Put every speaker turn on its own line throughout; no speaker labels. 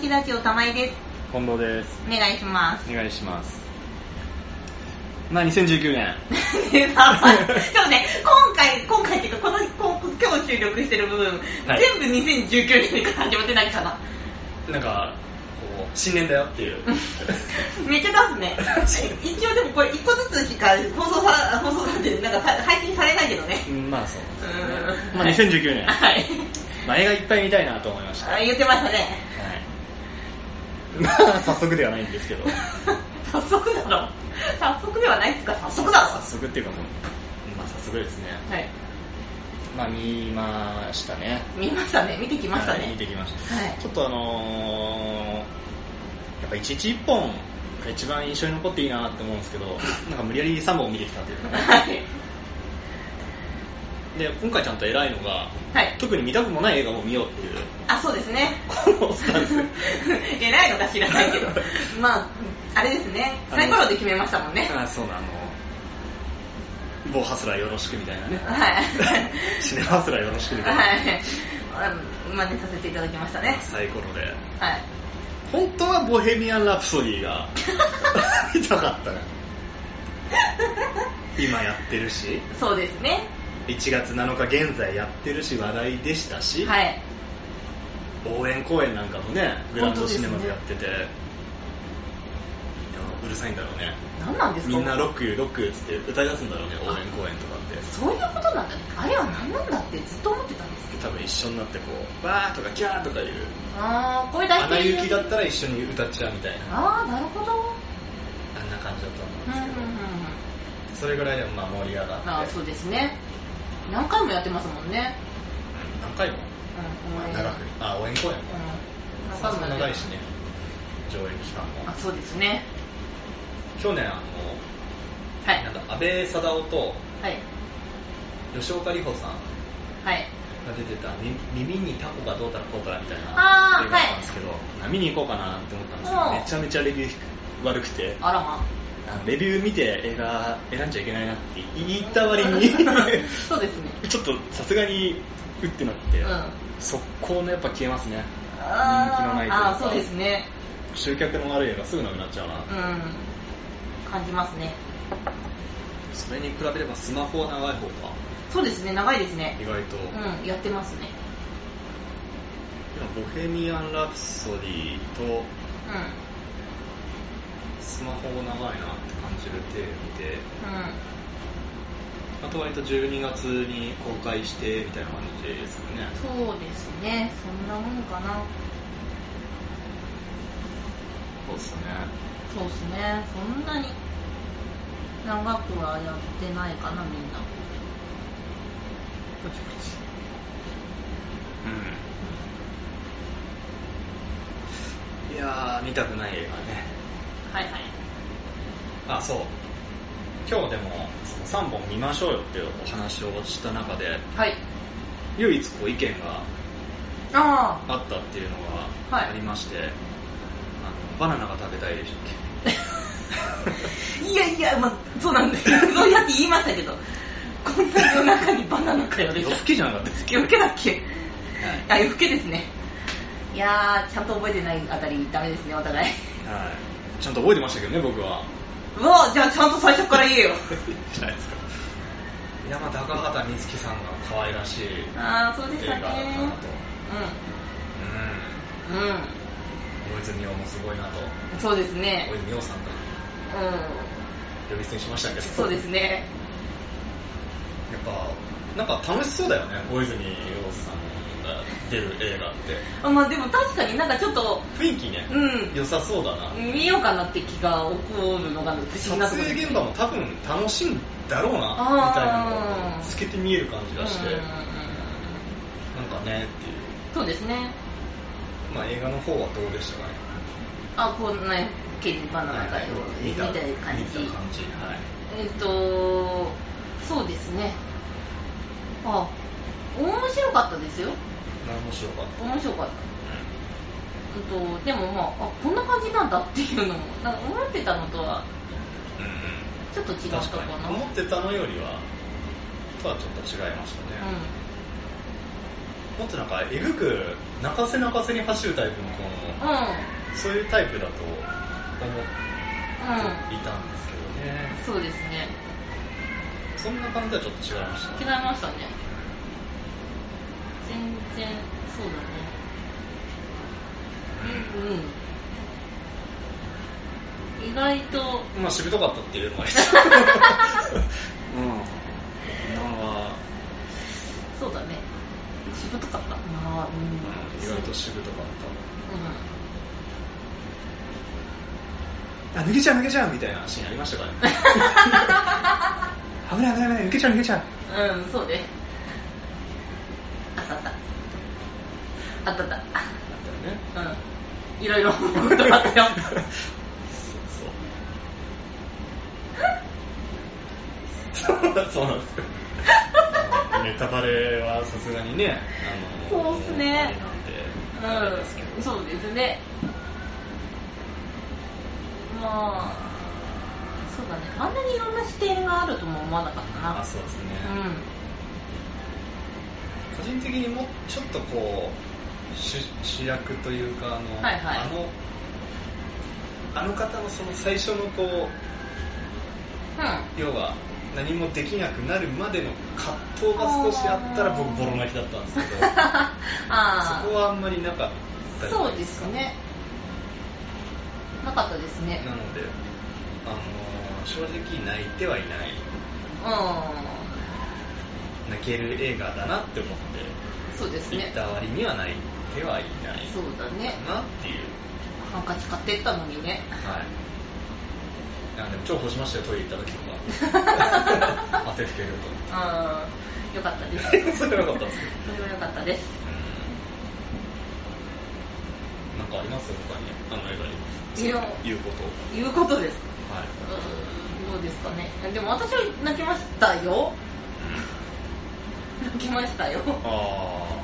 開きおたまいです。
近藤です。
お願いし ます。
お願いします。まあ、2019年。
でさ、でもね、今回、今回っていうか、この、こう今日収録してる部分、
はい
全部2019年から始まってないかな。
なんか、こう、新年だよっていう。
めっちゃ出すね。一応でもこれ一個ずつしか放送さ、放送されて、なんかさ配信されないけどね。
うん まあ、そうですね
うん
まあ、2019年。
はい。
まあ、映画いっぱい見たいなと思いました。
あ
はい。
言ってましたね。
まあ、早速ではないんですけど。
早速だろ。早速ではないですか、早速だろ。
早速っていうかもう、まあ、早速ですね。
はい。
まあ、見ましたね。
見ましたね。見てきました
はい見
ね。
てきました。
はい。
ちょっとあのー、やっぱ一日一本が一番印象に残っていいなって思うんです けど、なんか無理やり3本見てきたというかね。
はい。
で、今回ちゃんと偉いのが、
はい。
特に見たくもない映画を見ようっていう、
あ、そうですね。
このスタンス。
偉いのか知らないけど。まあ、あれですね。サイコロで決めましたもんね。
あ、そうだ、あの、某ハスラーよろしくみたいなね。
はい。
シネマハスラーよろしくみたいな。
はい。うん真似させていただきましたね。
サイコロで。
はい。
本当はボヘミアン・ラプソディが見たかったね。今やってるし、
そうですね。
1月7日現在やってるし、話題でしたし、
はい。
応援公演なんかもね、グランドシネマでやってて、いやうるさいんだろうね。
何なんですか
みんなロック、ロックっつって歌い出すんだろうね、応援公演とかって。
そういうことなんだね。あれは何なんだってずっと思ってたんですけど。
多分一緒になってこう、わーとかキャーとかいう、
あー、これ大
ア
体
ナ雪だったら一緒に歌っちゃうみたいな、
あー、なるほど。
あんな感じだと思うん
う
で
んうんうんうん。
すけど、それぐらいでもまあ盛り上が
あ
っ
ー、
て
そう、ですね。何回もやってますもんね。
何回も
うん、うん
長く、あ、応援公演も。
うん。
さ
何
す
回もや
が
って
長いしね、上映期間も
あ、。そうですね。
去年、あの、
はい
な。んだ、安倍貞夫と
はい。
吉岡里帆さん
はい。
が出てたみ耳にタコがどうたらこうたらみたいな
あー
映画だったんですけど、見に行こうかなって思ったんですけ
う
ど
ん
めちゃめちゃレビュー悪くて
あらま。
あのレビュー見て映画選んじゃいけない なって言った割に
そうですね。
ちょっとさすがにうってなって、
うん。あ
速攻のやっぱ消えますね人気のな
ー
いというか
あー、そうですね。
集客の悪い映画すぐなくなっちゃうな、
うん。感じますね。
それに比べればスマホは長い方か
そうですね、長いですね。
意外と、今
うん、やってますね。
ボヘミアン・ラプソディと
う
スマホ長いなって感じる程度
ん。
で
うん。
あと割と12月に公開してみたいな感じですよね。
そうですね、そんなもんかな。
そうですね。
そうですね、そんなに長くはやってないかな、みんな。ポチポチ。
うん。いやー、見たくない映画ね。
はいはい。
あ、そう。今日でもその3本見ましょうよっていうお話をした中で、
はい。
唯一こう意見が
あ
あったっていうのが
はい
ありまして、あのバナナが食べたいでしたっ
あ。 いやいや、まあ、そうなんですよ。そうやって言いましたけど、こんな夜中にバナナ かよ
け
でし
夜
ょ。
更けじゃなかったです
夜更けだっけあ、夜更けですね。いやー、ちゃんと覚えてないあたり、ダメですね、お 互い。
はい。ちゃんと覚えてましたけどね、僕は。
うわ、じゃあちゃんと最初から言えよ。
じゃないですか。いや、まあ、高畑充希さんが可愛らしい映
あー、そうでした
画だったな
ね。
と。
うん。うん。
うん。大泉洋もすごいなと。
そうですね
大。泉洋さんが
う
呼び捨てにしましたけど。
ん。そうです
や
ね。
っぱ、なんか楽しそうだよね、大泉洋さんが出る映画って。
あまあでも確かになんかちょっと、
雰囲気ね、
うん
良さそうだな。
見ようかなって気が起こるのが不思議な
撮
ところ
影現場も多分楽しいんだろうな、
あー
みたいなのが透けて見える感じがして、
うん
なんかねっていう。
そうですね。
まあ、映画の方はどうでしたかね
あ、こんなケージバナナかよ、み
見
た
た
いな感じ。
見た感じはい
えっ、と、そうですね。あ、面白かったですよ。
面白かっ
面白かった。
た
うんと、でもまあ、あ、こんな感じなんだっていうのも、なんか思ってたのとは
うん、
ちょっと違った
確
か
か
な。
に思ってたのよりはとはちょっと違いましたね、もっとなんかえぐく泣かせ泣かせに走るタイプの子
う
も
んうん
そういうタイプだと思っていたんですけど
そう
ね
ですね
そんな感じはちょっと違いました
違いましたね全然そうだねうんうん意外と
まあしぶとかったっていうのもありますうんなん か
そうだねしぶとかったまあうん
意外としぶとかっ
う、
たあ抜けちゃう抜けちゃうみたいなシーンありました からね危ない危ない危ない抜けちゃう抜けちゃうん
うん、そうねあったあったあったあっ
だったよ
たう
ね
んいろいろ思うことがあ ったよ
そう そうそうなんですよネタバレはさすがにねあの
そうっすね
あれなんであれですけど
うんそうですねまあそうだねあんなにいろんな視点があるとも思わなかったな
あそうですね、
う
個人的にもうちょっとこう主主役というかあの、
はいはい
あのあの方のその最初のこう
う
ん
ん
要は何もできなくなるまでの葛藤が少しあったら僕ボロ泣きだったんですけどそ こ
ああ
はあんまりなかったじゃ
そ
な
う
い
ですねなかったですね
なのであの正直泣いてはいない
うん
泣ける映画だなって思っ
そうです
て行
ね
った割には泣いてはいない
そうだね
かなっていう
ハンカチ買ってったのにね
はい。あでも重宝しましたよ、トイレ行った時と か。汗拭ける
うんよかったです
と。 それはよかったですけど。
それはよかったです
うんなんかあります他に、あの映画に。
いや
言うこと。
いうことです
は
うーんどうですかねでも私は泣きましたよ
い。
泣きましたよ
ああ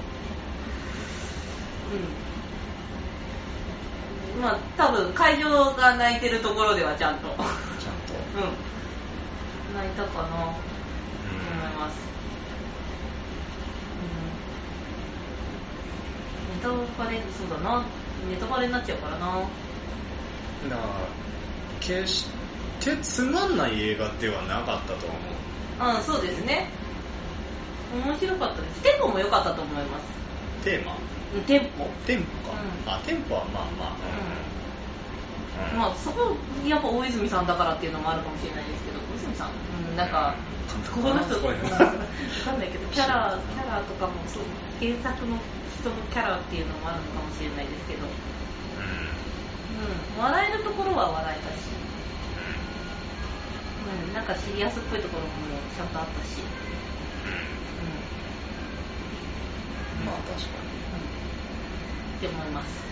うんまあ多分会場が泣いてるところではちゃんと
ー、ちゃん
う
と。
ん泣いたかな思います、うん、ネタバレそうだなネタバレになっちゃうからな
うん。だから、決してつまんない映画ではなかったとは思う。
うんそうですね面白かったですテンポも良かったと思います
テーマ
うんテンポ
テンポか。
うん
あ、テンポはまあまあ。うん
まあそこやっぱ大泉さんだからっていうのもあるかもしれないですけど大泉さん、うん、なんか
監督
ここの人
すごいな
わかんないけどキャラキャラとかもそう原作の人のキャラっていうのもあるのかもしれないですけど、うん、笑えるところは笑えたし、うん、なんかシリアスっぽいところもちゃんとあったし、う
まあ確かに。
んうん、って思います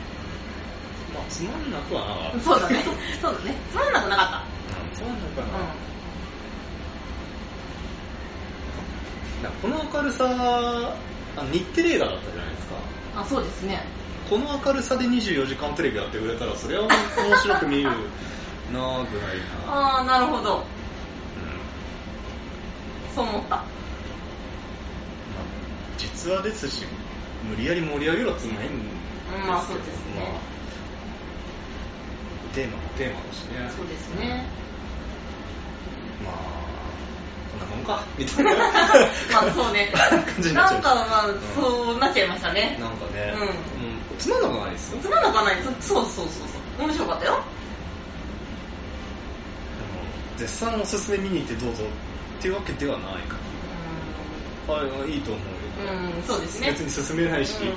まあ、つまんなくはなかった。
そうだね そうだねつまんなくなか
うん。つまんなく
っ
はな
た、
かった。なんかこの明るさ、あの日テレ映画だったじゃないですか。
うん、あそうですね
この明るさで24時間テレビやってくれたら、それは面白く見るなぐらいな。
ああなるほど
うん
そう思った
まあ実話ですし、無理やり盛り上げろつもりないんですけど
まあそうですね
まあテーマもテーマだしね。
そうですね
まあ、こんなもんか、みたいな。
まあそうね
感じになっち
なん
ゃう
かまあ
うん
そうなっちゃいましたね
なんかね、
うん
うんつまんなくはないですよ。
つまんなくはないそそうそうそうそう面白かったよ
あの絶賛おすすめ見に行ってどうぞっていうわけではないかな。あれはいいと思うよ。
うん、うん、そうですね
別に進めないし。
うん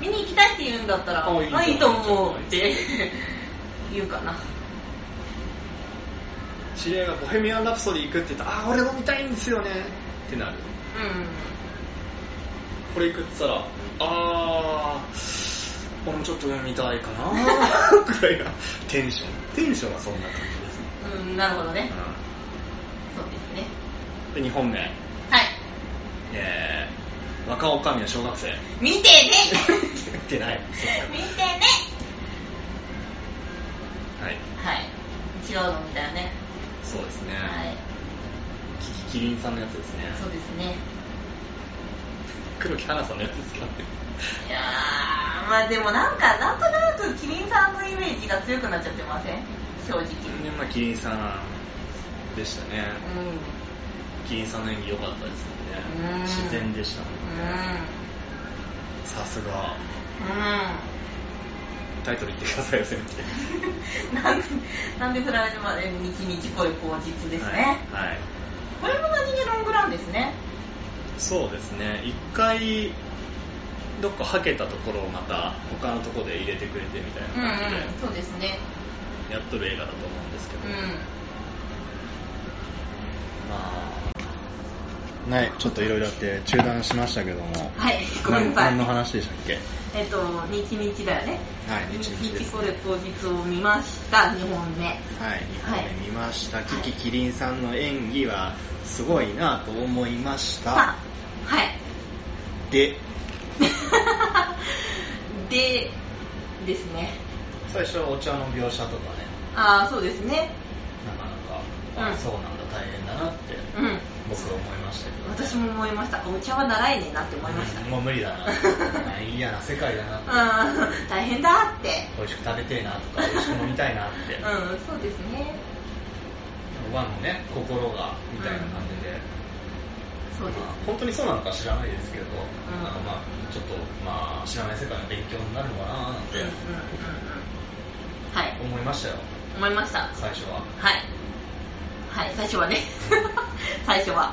見に行きたいって言うんだったら、
あ
あ
いい
い
じゃん
いと思うって 言うかな。
知り合いがボヘミアン・ラプソディ行くって言ったら、あー、俺も見たいんですよねってなる。
う
これ行くって言ったら、あー、俺もちょっと見たいか なくらいなテンション。テンションはそんな感じですね。
ん、うん、なるほどね。
う
そうですね。
んで、2本目。
はい。
えー、若女将の小 学生。
見 てね
言ってない。
見てね
はい。
はい。違うのみたいね。
そうですね。
はい。
キキキリンさんのやつですね。
そうですね。
黒木華さんのやつですけどね
いやーまあでもなんかなんとなくキリンさんのイメージが強くなっちゃってません正直
でまあキリンさんでしたね
うんうん
キリンさんの演技良かったですもん
うん
ね自然でしたもんねさすがタイトル言ってくださいよせめて
うん なんでなんで振られるまで日日恋口実ですね、
はいはい
これも何気ロングランですね
そうですね一回どっかはけたところをまた他のところで入れてくれてみたい
うんう
な感じ
んそうですね
でやっとる映画だと思うんですけ
う
ど、ま
ん
あねちょっといろいろあって中断しましたけども
はいごめんなさい
何の話でしたっけ
えっと日日だよね
はい
日
日日です
日恋口実を見ました2本目
はい、2本目見ました、キキキリンさんの演技はすごいなと思いました、
さあはい
で
でですね
最初お茶の描写とかね
ああそうですね
なかなか、
うん
あそうなんだ大変だなって
うん
僕は思いましたけど、
私も思いましたお茶は長いねなって思いました
うんもう無理 だな嫌な世界だな
うん大変だって
美味しく食べてえなとか美味しく飲みたいなっ
う
て
んそうですね
和のね心がみたいな感じで、
そうです
まあ本当にそうなのか知らないですけど、
ん
なんかまあちょっとまあ知らない世界の勉強になるのかなーなん
うんうんうんうん
て
はい
思いましたよ
思いました
最初は、
はいはい最初はね 最初は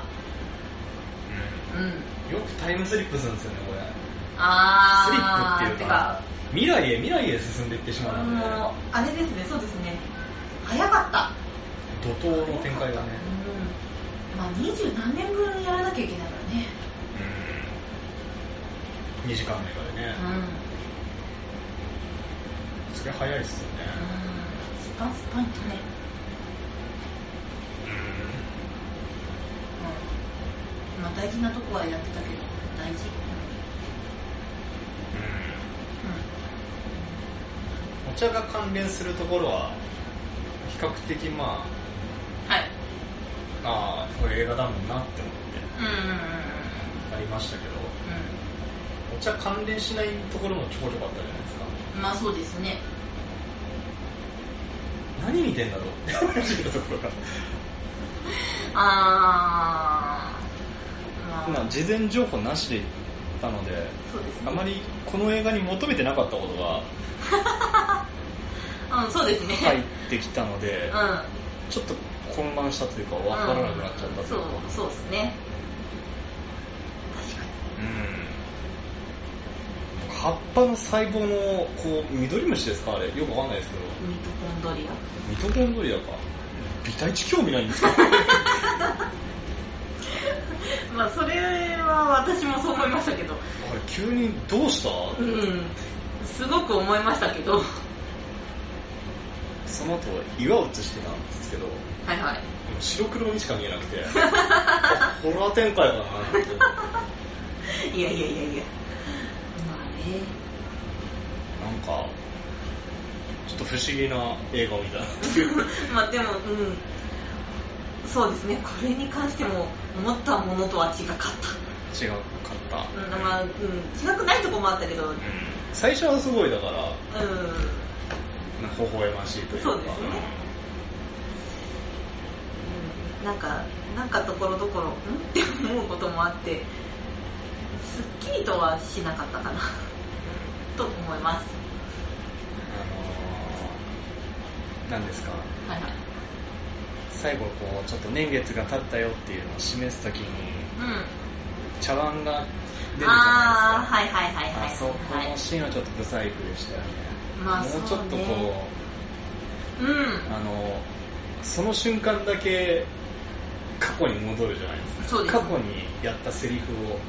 うん
よくタイムスリップするんですよねこれスリッ
あ
プ
ー
っていうか未来へ未来へ進んでいってしまうので
もうあれですねそうですね早かった
怒涛の展開がね
うんまあ二十何年分やらなきゃいけないからね
うん2時間目がで
う
ね、
ん
それ早いっすよね
スパンスパンとね、うんまあ、大事なとこはやってたけど大事、
うん
う
お茶が関連するところは比較的まあ
ん、はい
ああこれ映画だもんなって思って
うんうん
ありましたけどお茶関連しないところもちょこちょこあったじゃないですか
うんまあそうですね
何見てんだろうって話のところが
あー、ま
まあ
あ、
事前情報なしで行ったので
そうですね
あまりこの映画に求めてなかったことが
うんそうですね
入ってきたの で、
うん
ちょっと混乱したというか分からなくなっちゃった
うんそ
といううか
そうですね確か
うん葉っぱの細胞のこう緑虫ですかあれよくわかんないですけど
にミトコンドリア
ミトコンドリアか微体値興味ないん ですか
まあそれは私もそう思いましたけど
あれ急にどうした、
うんすごく思いましたけどは
その後岩を映してたんですけど
いはい
白黒にしか見えなくてあホラー展開だなって
いやいやいやいやまあね
なんか、ちょっと不思議な映画を見たなっていう。
まあでもうんそうですねこれに関しても思ったものとは違かっ
違うかった
た、うん、まあ、うん、違くないとこもあったけどうん
最初はすごいだから、微笑ましいというか。
そうですねうんなんか、なんかところどころ、ん って思うこともあって、すっきりとはしなかったかな、と思います。
あのー、なんですか。
はいはい。
最後、こう、ちょっと年月が経ったよっていうのを示すときに、
う
茶碗が出るじ
ん。
ゃないですか。
ああー、はいはいはいはい。
あそこ
はい
のシーンはちょっと不細工でしたよね。
まあ
もうちょっ
そ
とこ
うね
う
うん。
あのその瞬間だけ過去に戻るじゃないですか
そうです
過去にやったセリフを
う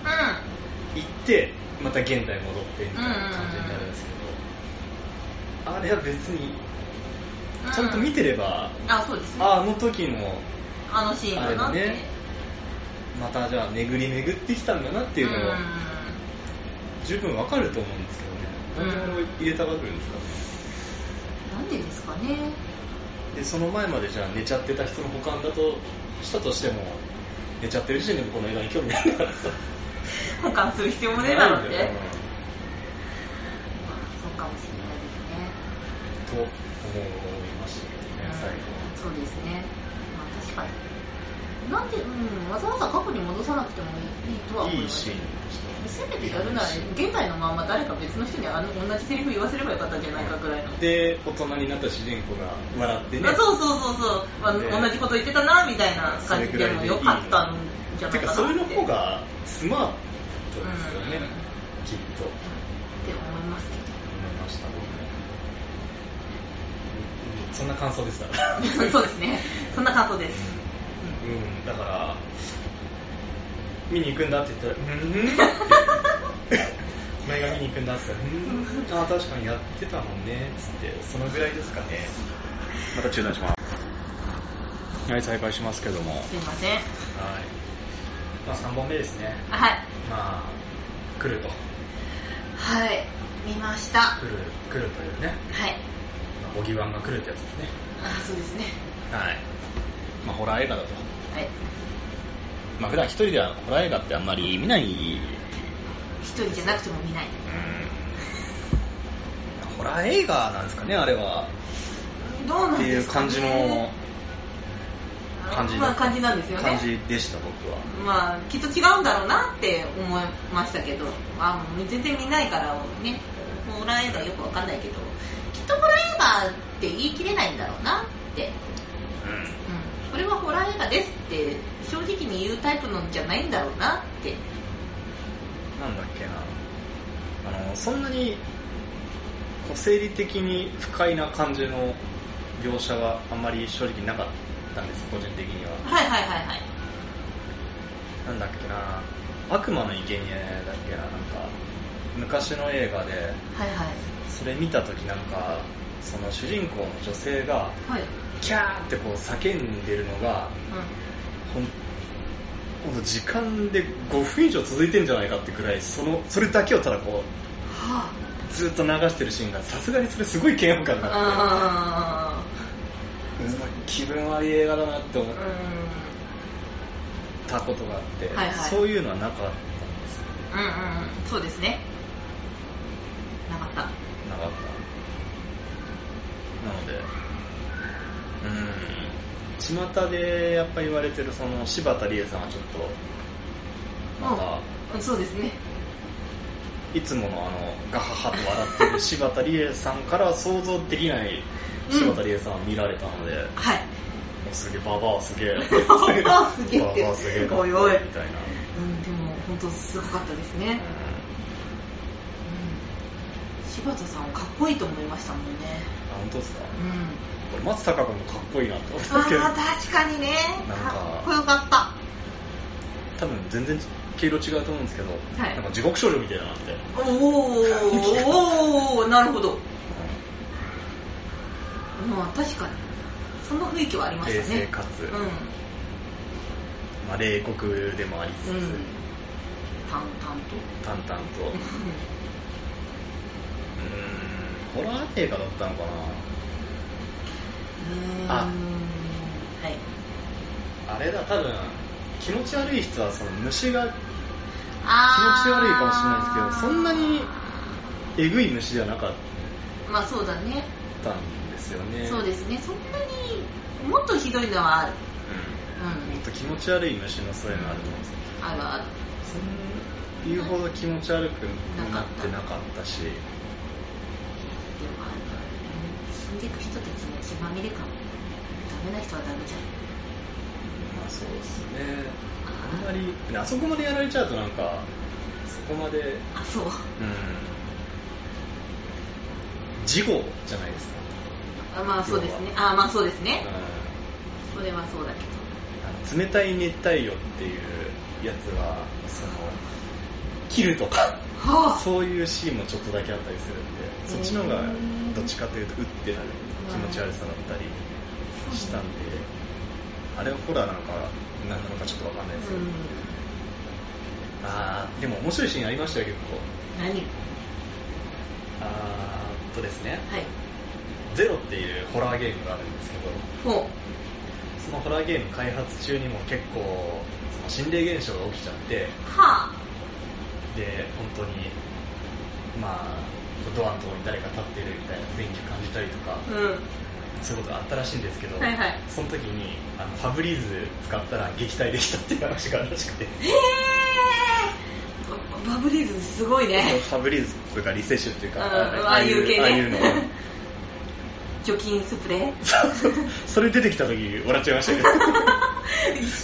言ってまた現代戻ってみたいな感じになるんですけど、あれは別に
ん。
ちゃんと見てれば、
うんあ、そうですね。
ああの時の
あのシーンだなっ
あれ
て
だね。またじゃあ巡り巡ってきたんだなっていうの
ん
を十分わかると思うんですけどね、
うん
なんでこれ入れたがるんですか
な
ね
んでですかね。
でその前までじゃあ寝ちゃってた人の保管だとしたとしても寝ちゃってる時点でこの映画に興味ないからさ
保管する必要もねえだろって、
ないんだよ
まあ、そうかもしれないですね
と思いましたけどね、最後は。
そうですねまあ確かになんで、うん、わざわざ過去に戻さなくてもいいとは思い
いい
ます
シーンでし
せ
た
めてやるなら現在のまんま誰か別の人にあの同じセリフ言わせればよかったんじゃないかぐらいの
で大人になった主人公が笑ってね
あそうそうそうそう、まあ
ね
同じこと言ってたなみたいな感じでもよかったんじゃないかなって
てかそれの方がスマートですよね、
うん
きっと
って思いますけ
思いました僕もうんそんな感想ですから
どそうですねそんな感想です、
うん、だから見に行くんだって言ったら「うんうん」 お前が見に行くんだ」って言ったら「うんあ確かにやってたもんね」っつってそのぐらいですかねまた中断しますはい再開しますけどもはい
すいません
まあ3本目ですね
はい
まあ来ると
はい見ましたは
来る来るというね
い
まあボギワンが来るってやつですね
あそうですね
はいまあホラー映画だと
はい
まあ普段一人ではホラー映画ってあんまり見ない
一人じゃなくても見ない
ホラー映画なんですかねあれは
どう
っ
なん
てい
で
う
すか、ね、
感じの感じ
まあ感じなんですよね
感じでした僕は
まあきっと違うんだろうなって思いましたけど、まあ、全然見ないからねホラー映画よくわかんないけどきっとホラー映画って言い切れないんだろうなって、うん、これはホラー映画ですって正直に言うタイプのじゃないんだろうなって
なんだっけなあのそんなにこう生理的に不快な感じの描写はあんまり正直なかったんです個人的には
はいはいはいはい
なんだっけな悪魔の生贄だっけななんか昔の映画で
はいはい
それ見た時なんかその主人公の女性が
はい、
キャーってこう叫んでるのがほんほんと時間で5分以上続いてんじゃないかってくらいそのそれだけをただこう
うん、は
ずっと流してるシーンがさすがにそれすごい嫌悪感があって
あ
うん気分悪い映画だなって
う
思
んう
ったことがあって、
はいはい
そういうのはなかったんですよ
んうんそうですねなかった
なかったなのでうん巷でやっぱ言われてるその柴田理恵さんはちょっとまた、
うん、そうですね
いつものあのガハハと笑ってる柴田理恵さんからは想像できない柴田理恵さんを見られたので、も
はい、
うすげえババアすげえ
ババアすげえって
ババアすげえかっこいいみ
おいおい
たいな、
うん、でも本当すごかったですね、
うん
うん、柴田さんはかっこいいと思いましたもんね
あ本当ですか、
うん
これ松たか子もかっこいいなって思っ
ああ
たけど
確かにね
なんか
かっこよかった
多分全然毛色違うと思うんですけど、
い
なんか地獄少女みたいだなって、
おおおおなるほどまあ確かにそんな雰囲気はありましたね
冷静かつ
う
まあ、冷酷でもありつつ、
ん、うん、淡々と
淡 々とう
う
ーんホラー映画だったのか
ん
あ
はい
なあれだ多分気持ち悪い人はその虫が
あー
気持ち悪いかもしれないですけどそんなにえぐい虫ではなかっ
まあそうだね
たんですよね、
そうですすねそんなにもっとひどいのはある
うん、もっ
う
と気持ち悪い虫のそういうのあると思うんですよ
んあるある
そん言うほど気持ち悪くなってなかったし
でもあるから死んでいく人たちの血まみれ感ダメな人はダメじゃん
まあそうですねあんまりねあそこまでやられちゃうとなんかそこまで
あそう
事後じゃないですか、
あまあそうですねあまあそうですね
うんあ
それはそうだけど
の冷たい熱帯魚っていうやつはその切るとか
はあ
そういうシーンもちょっとだけあったりするんでそっちの方がどっちかというとうってなる気持ち悪さだったりしたんであれはホラーなのか何なのかちょっとわかんないですけ
う
ど、
ん
あーでも面白いシーンありましたよ結構
何
あーっとですね
はい
ゼロっていうホラーゲームがあるんですけど
ほ
そのホラーゲーム開発中にも結構その心霊現象が起きちゃって
うはあ
で本当にまあドアのところに誰か立ってるみたいな雰囲気感じたりとか、
う
そういうことがあったらしいんですけど、
はいはい
その時にあのファブリーズ使ったら撃退できたっていう話があるらしくて
ん。へーババブリーズすごいね。
ファブリーズとかリセッシュっていう
うん
か、
ああいう系ね。
ああいうの
除菌スプレー
それ出てきた時笑っちゃいましたけど
知っ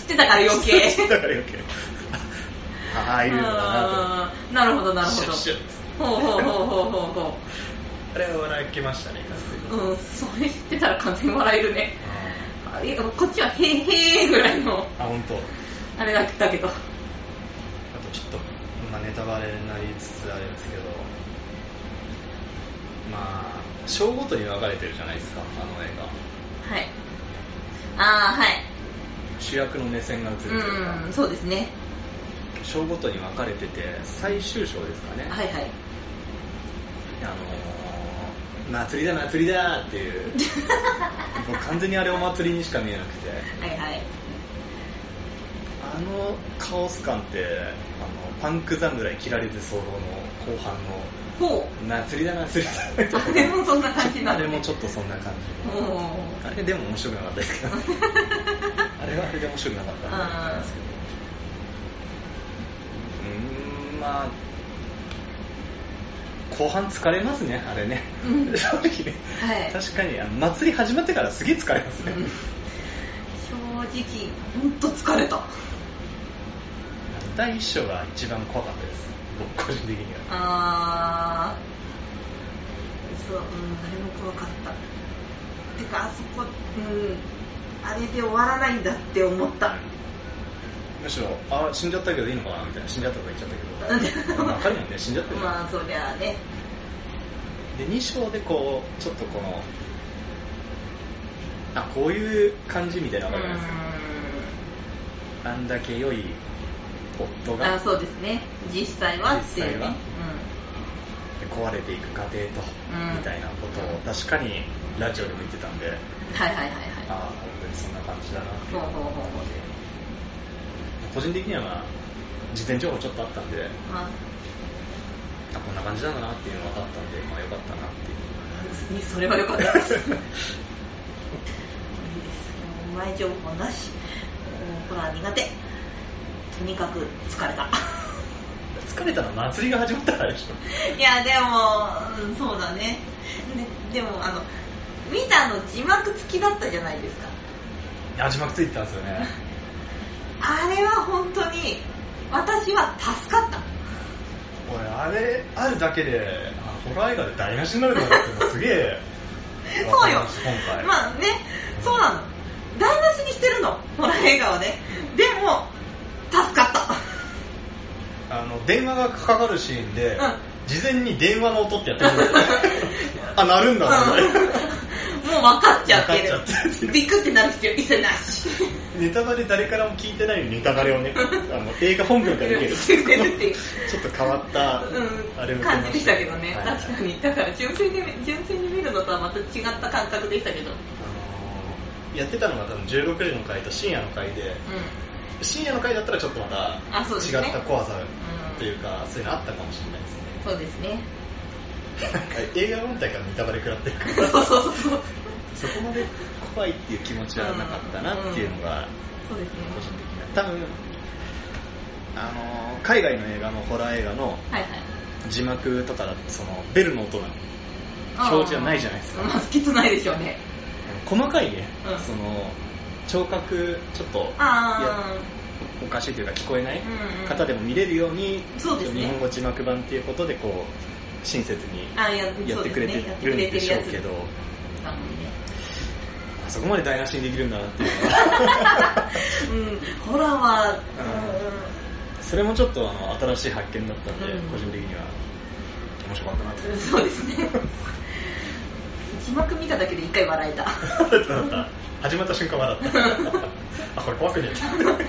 てたから余計。
だから余計 ああいうのだな
あーなるほどなるほど
シュッシ
ほうほうほうほうほうほ
とあれは笑いけましたね完全に
ううんそれ知ってたら完全に笑えるね
あ
あいやこっちはへーへーぐらいの
本当。あ
あれだったけど
とちょっと、まあ、ネタバレになりつつあれですけどまあ章ごとに分かれてるじゃないですかあの映画
はいああはい
主役の目線が映るというか
うんそうですね
章ごとに分かれてて最終章ですかね、
はいはい
あのー、祭りだ祭りだっていう 僕完全にあれお祭りにしか見えなくて
はいはい
あのカオス感ってあのパンク侍切られて騒動の後半
ほう
の祭りだ祭りだ
あれもそんな 感じな
あ
ん
れも
ょ
ちょっとそんな感じ
お お
あれでも面白くなかった ですけどあれはあれで面白くなかったんですけどうーんまあ後半疲れますねあれね、
うん
正直ね
はい
確かにあの祭り始まってからすげえ疲れますね、
うん正直ほんと疲れた
第一章が一番怖かったです僕個人的に
あ
は
ーそう、うん、あれも怖かったてかあそこ、うん、あれで終わらないんだって思った
むしろあ死んじゃったけどいいのかなみたいな死んじゃったとか言っちゃ ったけど分かるもんね死んじゃったよ
まあそりゃあね
で2章でこうちょっとこのあこういう感じみたいな
う
のがあるじゃないですかあんだけ良い夫
んあ
が
そうですね実際はっていう
実際
ね
は壊れていく過程と、
うん
みたいなことを確かにラジオでも言ってたんで、
うん、はいはいはい
ああ
はい
本当にそんな感じだなって
ほうほうほうほう
個人的にはまあ事前情報ちょっとあったんで
まあ
あこんな感じなんだなっていうのが分かったんでまあよかったなっていう
それは良かっ たですいい です前情報なしもうこれは苦手とにかく疲れた
疲れたのは祭りが始まったからでしょ
いやでも、うん、そうだねででもあの見たの字幕付きだったじゃないですか
始まくついてたんですよ ね
あれは本当に私は助かった
俺あれあるだけであホラー映画で台無しになると思ってもすげえ
そうよ
今回、
まあねそうなの台無しにしてるのホラー映画はねでも助かった
あの電話がかかるシーンで、
うん
事前に電話の音ってやってるん ですよあなるんだなみたいな
もう分かっちゃって
分かっちゃって
る
る
ビクってなる必要一切なし
ネタバレ誰からも聞いてないネタバレをねあの映画本文からできる
してくれるっていう
ちょっと変わった、あれ
う
を
ん、
受
感
ま
じでしたけどね、
はい
確かにだから純粋に見純粋に見るのとはまた違った感覚でしたけどうん
あのーやってたのが多分16時の回と深夜の回で深夜の回だったらちょっとま
あそうです
た
ね
違った怖さ
うん
というかそういうのあったかもしれない ですね
そうですね
なんか映画本体からネタバレ食らってるか
そう
ら
そうそうそうそう
そこまで怖いっていう気持ちはなかったなっていうのが
ですね
個人的な多分あのー海外の映画のホラー映画の
はいはい
字幕とかだとそのベルの音が表示はないじゃないですか
うんまあきつないでしょうね
細かいね、
うん
その聴覚ちょっと
あ
おかしいというか聞こえない
うんうん
方でも見れるように、
そうですね
日本語字幕版っていうことでこう親切に
ああいやそうですね
やってくれて
やってく
る
れ
ん
てる
で
やつ
しょうけど、
ああのね
あそこまで台無しにできるんだな っていうのは
うんホラーは
それもちょっとあの新しい発見だったんで、
うん
個人的には面白かったな
うんそうですね字幕見ただけで一回笑えた
と 始まった瞬間笑った あこれ怖くねえ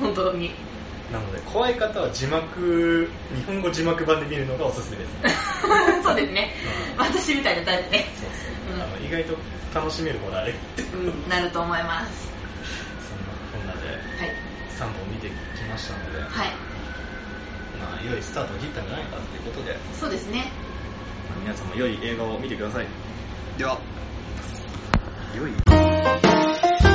本当に
なので怖い方は字幕日本語字幕版で見るのがおすすめで す
そうですね、
うん
私みたいなタイプね、
そうそうあの意外と楽しめるホラー映画って
うん、なると思います。
そんなこんなで
はい、
3本見てきましたので、
はい、
まあ、良いスタートを切ったんじゃないかということで、
そうですね
まあ皆さんも良い映画を見てください。
では
良い